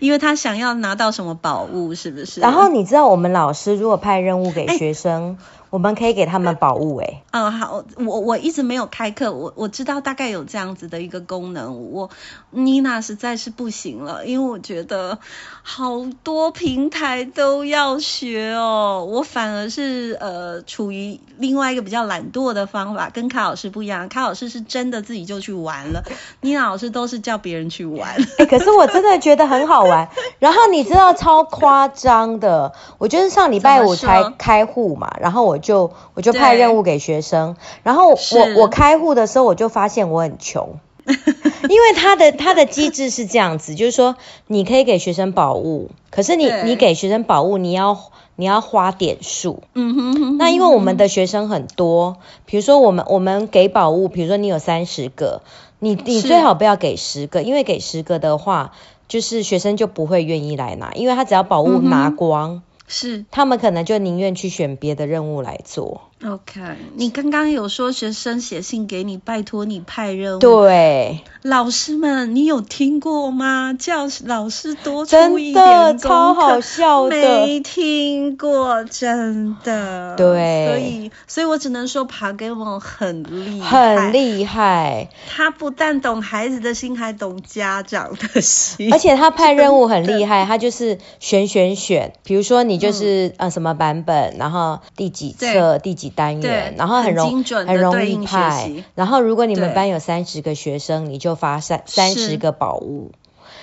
Speaker 1: 因为他想要拿到什么宝物，是不是？
Speaker 2: 然后你知道我们老师如果派任务给
Speaker 1: 哎
Speaker 2: 学生，我们可以给他们宝物哎、
Speaker 1: 嗯，好，我我一直没有开课，我我知道大概有这样子的一个功能。我妮娜实在是不行了，因为我觉得好多平台都要学哦，我反而是呃处于另外一个比较懒惰的方法，跟卡老师不一样。卡老师是真的自己就去玩了，妮娜老师都是叫别人去玩。
Speaker 2: 哎、可是我真的觉得很好玩。然后你知道超夸张的，我就是上礼拜五
Speaker 1: 怎么
Speaker 2: 才
Speaker 1: 说
Speaker 2: 开户嘛，然后我就我就派
Speaker 1: 对
Speaker 2: 任务给学生，然后
Speaker 1: 是
Speaker 2: 我我开户的时候我就发现我很 穷。因为它的它的机制是这样子，就是说你可以给学生宝物，可是你
Speaker 1: 对
Speaker 2: 你给学生宝物，你要你要花点数。
Speaker 1: 嗯哼哼哼，
Speaker 2: 那因为我们
Speaker 1: 嗯
Speaker 2: 的学生很多，比如说我们我们给宝物，比如说你有三十个，你你
Speaker 1: 是
Speaker 2: 最好不要给十个，因为给十个的话，就是学生就不会愿意来拿，因为他只要宝物拿光，
Speaker 1: 嗯是
Speaker 2: 他们可能就宁愿去选别的任务来做。
Speaker 1: OK，你刚刚有说学生写信给你，拜托你派任务。，
Speaker 2: 对，
Speaker 1: 老师们，你有听过吗？叫老师多出一
Speaker 2: 真的
Speaker 1: 点功课
Speaker 2: 超好笑的。
Speaker 1: 没听过，真的。
Speaker 2: 对
Speaker 1: 所以，所以我只能说爬 g a m o 很厉害，
Speaker 2: 很厉害，
Speaker 1: 他不但懂孩子的心，还懂家长的心。
Speaker 2: 而且他派任务很 厉害，他就是选选选，比如说你就是、
Speaker 1: 嗯
Speaker 2: 呃什么版本，然后第几册、第几单元
Speaker 1: 对，
Speaker 2: 然后很容
Speaker 1: 很精准地
Speaker 2: 很容
Speaker 1: 对
Speaker 2: 易
Speaker 1: 应学
Speaker 2: 派
Speaker 1: 习。
Speaker 2: 然后如果你们
Speaker 1: 对
Speaker 2: 班有三十个学生，你就发三三十
Speaker 1: 是
Speaker 2: 个宝物，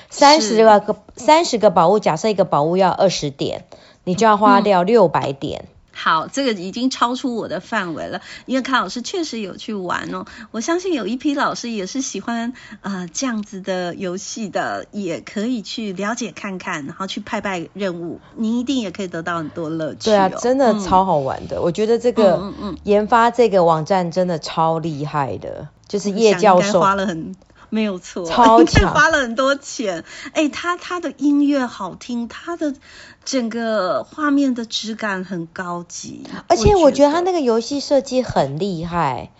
Speaker 2: 三十个三十个宝物，假设一个宝物要二十点，你就要花
Speaker 1: 嗯
Speaker 2: 掉六百点。
Speaker 1: 好，这个已经超出我的范围了，因为康老师确实有去玩哦。我相信有一批老师也是喜欢呃这样子的游戏的，也可以去了解看看，然后去派派任务，您一定也可以得到很多乐趣、哦。
Speaker 2: 对啊，真的
Speaker 1: 嗯
Speaker 2: 超好玩的。我觉得这个、
Speaker 1: 嗯嗯嗯
Speaker 2: 研发这个网站真的超厉害的，就是叶
Speaker 1: 想
Speaker 2: 教
Speaker 1: 应该
Speaker 2: 授
Speaker 1: 花了很。没有错，
Speaker 2: 超
Speaker 1: 应该
Speaker 2: 强
Speaker 1: 花了很多钱。哎，他他的音乐好听，他的整个画面的质感很高级，
Speaker 2: 而且我觉得他
Speaker 1: 那
Speaker 2: 那个游戏设计很厉害，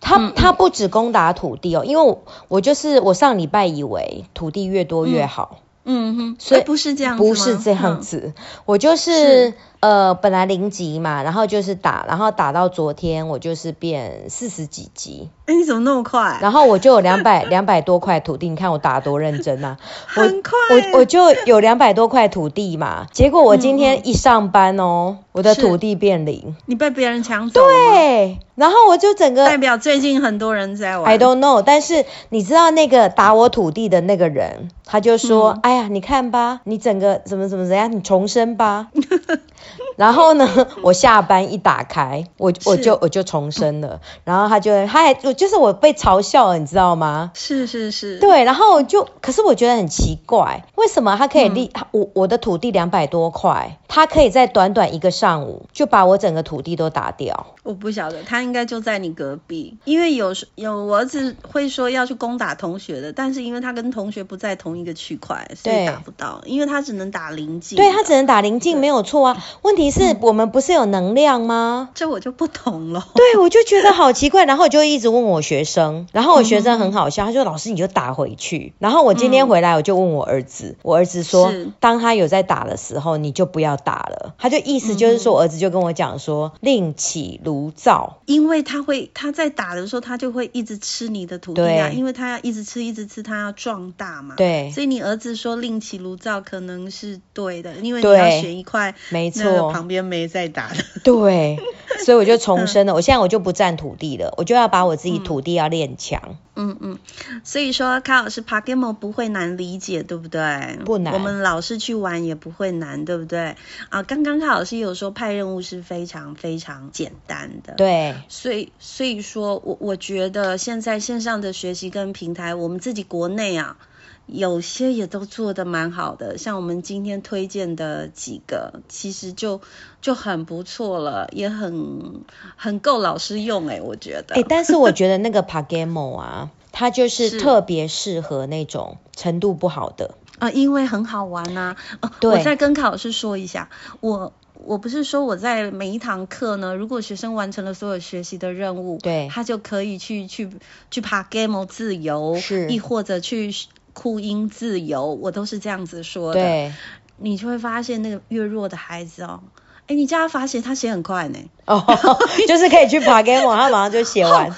Speaker 2: 他
Speaker 1: 嗯
Speaker 2: 他不止攻打土地哦，因为我我就是我上礼拜以为土地越多越好，
Speaker 1: 嗯哼，
Speaker 2: 所以
Speaker 1: 哎不是这样子吗，
Speaker 2: 不是这样
Speaker 1: 嗯
Speaker 2: 子，我就是呃本来零级嘛，然后就是打，然后打到昨天我就是变四十几级，
Speaker 1: 哎，你怎么那么快？
Speaker 2: 然后我就有 两百两百多块土地，你看我打得多认真啊！我
Speaker 1: 很快
Speaker 2: 我我就有两百多块土地嘛，结果我今
Speaker 1: 嗯
Speaker 2: 天一上班哦，我的
Speaker 1: 是
Speaker 2: 土地变零，
Speaker 1: 你被别人抢走了，
Speaker 2: 对，然后我就整
Speaker 1: 代
Speaker 2: 个
Speaker 1: 表最近很多人在玩。
Speaker 2: I don't know，但是你知道那个打我土地的那个人，他就说，哎呀，你看吧，你整个怎么怎么怎样，你重生吧。 然后呢，我下班一打开，我我
Speaker 1: 是
Speaker 2: 就我就重生了，然后他就他还我就是我被嘲笑了，你知道吗？
Speaker 1: 是是是，
Speaker 2: 对，然后我就，可是我觉得很奇怪，为什么他可以立、我我的土地两百多块，他可以在短短一个上午就把我整个土地都打掉？
Speaker 1: 我不晓得，他应该就在你隔壁，因为有时有我儿子会说要去攻打同学的，但是因为他跟同学不在同一个区块，所
Speaker 2: 对
Speaker 1: 以打不到，因为他只能打邻近的。
Speaker 2: 对他只能打临近，没有错啊。问题是我们不是有能量吗？
Speaker 1: 这我就不懂了。
Speaker 2: 对，我就觉得好奇怪，然后我就一直问我学生，然后我学生很好笑，他说老师你就打回去。然后我今天回来我就问我儿子，我儿子说
Speaker 1: 是
Speaker 2: 当他有在打的时候你就不要打了，他就意思就是说，我儿子就跟我讲说另起炉灶。
Speaker 1: 因为他会他在打的时候，他就会一直吃你的土地啊，
Speaker 2: 对
Speaker 1: 因为他要一直吃一直吃，他要壮大嘛。。
Speaker 2: 对，
Speaker 1: 所以你儿子说另起炉灶可能是对的，因为你
Speaker 2: 对
Speaker 1: 要选一块
Speaker 2: 没
Speaker 1: 那个
Speaker 2: 错，
Speaker 1: 旁边没在打的。
Speaker 2: 对，所以我就重生了。我现在我就不占土地了，我就要把我自己土地要练强。
Speaker 1: 嗯嗯，所以说卡老师 p a g a m o 不会难理解，对不对？
Speaker 2: 不难
Speaker 1: 我们老师去玩也不会难，对不对？啊，刚刚卡老师有说派任务是非常非常简单的。。
Speaker 2: 对，
Speaker 1: 所以，所以说我我觉得现在线上的学习跟平台，我们自己国内啊，有些也都做得蛮好的，像我们今天推荐的几个，其实就就很不错了，也很很够老师用诶、我觉得。
Speaker 2: 哎、但是我觉得 那个 Pagamo 啊，它就是
Speaker 1: 是
Speaker 2: 特别适合那种程度不好的。
Speaker 1: 啊，因为很好玩呐、哦我
Speaker 2: 对
Speaker 1: 再跟考师说一下，我我不是说我在每一堂课呢，如果学生完成了所有学习的任务，
Speaker 2: 对
Speaker 1: 他就可以去去去爬 game 自由，
Speaker 2: 是
Speaker 1: 亦或者去酷音自由，我都是这样子说的。
Speaker 2: 对，
Speaker 1: 你就会发现那个越弱的孩子哦，哎，你叫他罚写，他写很快呢。
Speaker 2: 哦，就是可以去 Pagamo，他马上就 写
Speaker 1: 哦
Speaker 2: 完，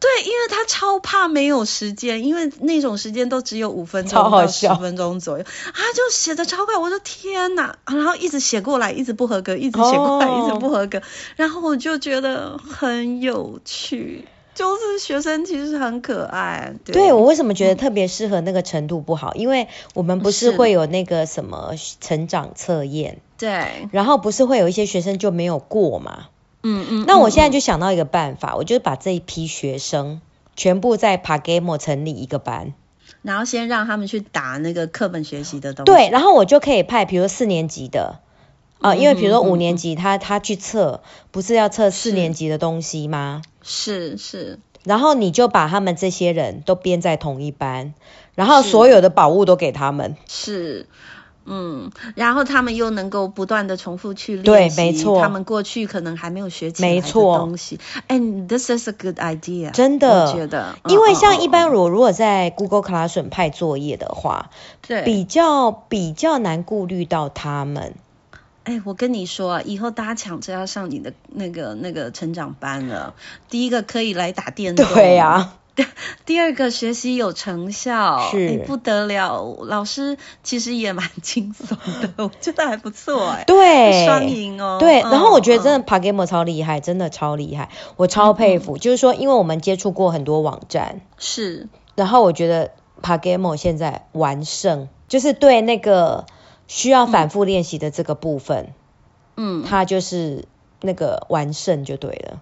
Speaker 1: 对，因为他超怕没有时间，因为那种时间都只有五分钟
Speaker 2: 超好
Speaker 1: 到十
Speaker 2: 笑
Speaker 1: 分钟左右，他就写的超快，我说天哪，然后一直写过来，一直不合格，一直写过来，一
Speaker 2: 哦
Speaker 1: 直不合格，然后我就觉得很有趣，就是学生其实很可爱，对
Speaker 2: 对我为什么觉得特别适合那个程度不好？因为我们不是
Speaker 1: 嗯是
Speaker 2: 会有那个什么成长测验，
Speaker 1: 对，
Speaker 2: 然后不是会有一些学生就没有过嘛？
Speaker 1: 嗯嗯，
Speaker 2: 那
Speaker 1: 嗯
Speaker 2: 我现在
Speaker 1: 嗯
Speaker 2: 就想到一个办法，我就是把这一批学生全部在 Pagamo 成立一个班，
Speaker 1: 然后先让他们去打那个课本学习的东西，
Speaker 2: 对，然后我就可以派，比如说四年级的，呃，因为比如说
Speaker 1: 嗯嗯
Speaker 2: 五年级他他去测，不是要测四年级的东西吗？
Speaker 1: 是是，
Speaker 2: 然后你就把他们这些人都编在同一班，然后
Speaker 1: 是
Speaker 2: 所有的宝物都给他们，
Speaker 1: 是，嗯，然后他们又能够不断的重复去
Speaker 2: 对
Speaker 1: 练习，
Speaker 2: 没错
Speaker 1: 他们过去可能还没有学起来
Speaker 2: 没
Speaker 1: 的
Speaker 2: 错
Speaker 1: 东西。哎，this is a good idea，
Speaker 2: 真的
Speaker 1: 我觉得，嗯
Speaker 2: 因为
Speaker 1: 嗯
Speaker 2: 像一
Speaker 1: 嗯
Speaker 2: 般我如果在 Google Classroom 派作业的话，
Speaker 1: 对
Speaker 2: 比较比较难顾虑到他们。
Speaker 1: 哎，我跟你说啊，以后大家抢着要上你的那个那个成长班了。第一个可以来打电动，
Speaker 2: 对呀、
Speaker 1: 第二个学习有成效，
Speaker 2: 是
Speaker 1: 哎不得了。老师其实也蛮 轻松的，我觉得还不错哎。
Speaker 2: 对，
Speaker 1: 双赢哦
Speaker 2: 对，
Speaker 1: 嗯嗯
Speaker 2: 然后我觉得真的 Pagamo 超厉害，真的超厉害，我超佩服。就是说，因为我们接触过很多网站，
Speaker 1: 是，
Speaker 2: 然后我觉得 Pagamo 现在完胜，就是对那个需要反复练习的这个部分，
Speaker 1: 嗯，
Speaker 2: 它就是那个完胜就对了。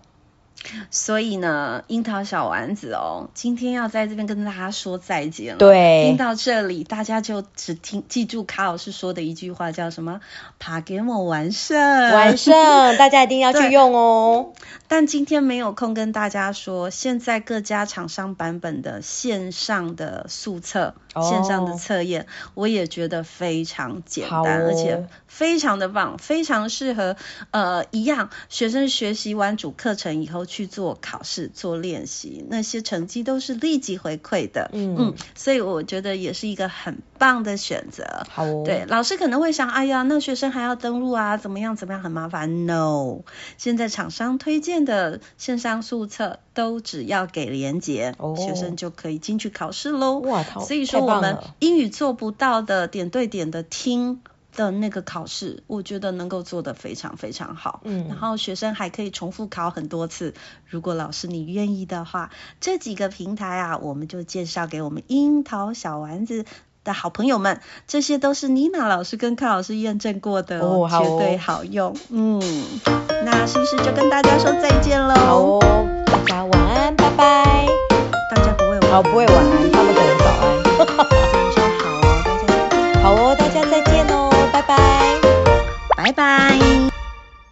Speaker 1: 所以呢，樱桃小丸子哦，今天要在这边跟大家说再见了。
Speaker 2: 对
Speaker 1: 听到这里，大家就只听记住卡老师说的一句话，叫什么？爬给我完胜，
Speaker 2: 完胜，大家一定要去
Speaker 1: 对
Speaker 2: 用哦。
Speaker 1: 但今天没有空跟大家说，现在各家厂商版本的线上的速测、
Speaker 2: 哦
Speaker 1: 线上的测验，我也觉得非常简
Speaker 2: 好
Speaker 1: 单，
Speaker 2: 哦
Speaker 1: 而且非常的棒，非常适合呃一样学生学习完主课程以后去做考试、做练习，那些成绩都是立即回馈的。
Speaker 2: 嗯
Speaker 1: 所以我觉得也是一个很棒的选择。
Speaker 2: 好哦，
Speaker 1: 对，，老师可能会想，哎呀，那学生还要登录啊，怎么样怎么样，很麻烦。No，现在厂商推荐的线上速测都只要给连结，
Speaker 2: 哦
Speaker 1: 学生就可以进去考试喽。
Speaker 2: 哇，太
Speaker 1: 所以
Speaker 2: 太
Speaker 1: 说我
Speaker 2: 棒
Speaker 1: 们
Speaker 2: 了
Speaker 1: 英语做不到的点对点的听的那个考试，我觉得能够做得非常非常好。
Speaker 2: 嗯
Speaker 1: 然后学生还可以重复考很多次。如果老师你愿意的话，这几个平台啊，我们就介绍给我们樱桃小丸子。的好朋友们，这些都是妮娜老师跟康老师验证过的
Speaker 2: 哦好
Speaker 1: 绝对
Speaker 2: 哦
Speaker 1: 好用。嗯，那是不是就跟大家说再见喽？
Speaker 2: 哦好哦，大家晚安，拜拜。
Speaker 1: 大家不会
Speaker 2: 哦好，不会 晚安。
Speaker 1: 哦
Speaker 2: 哦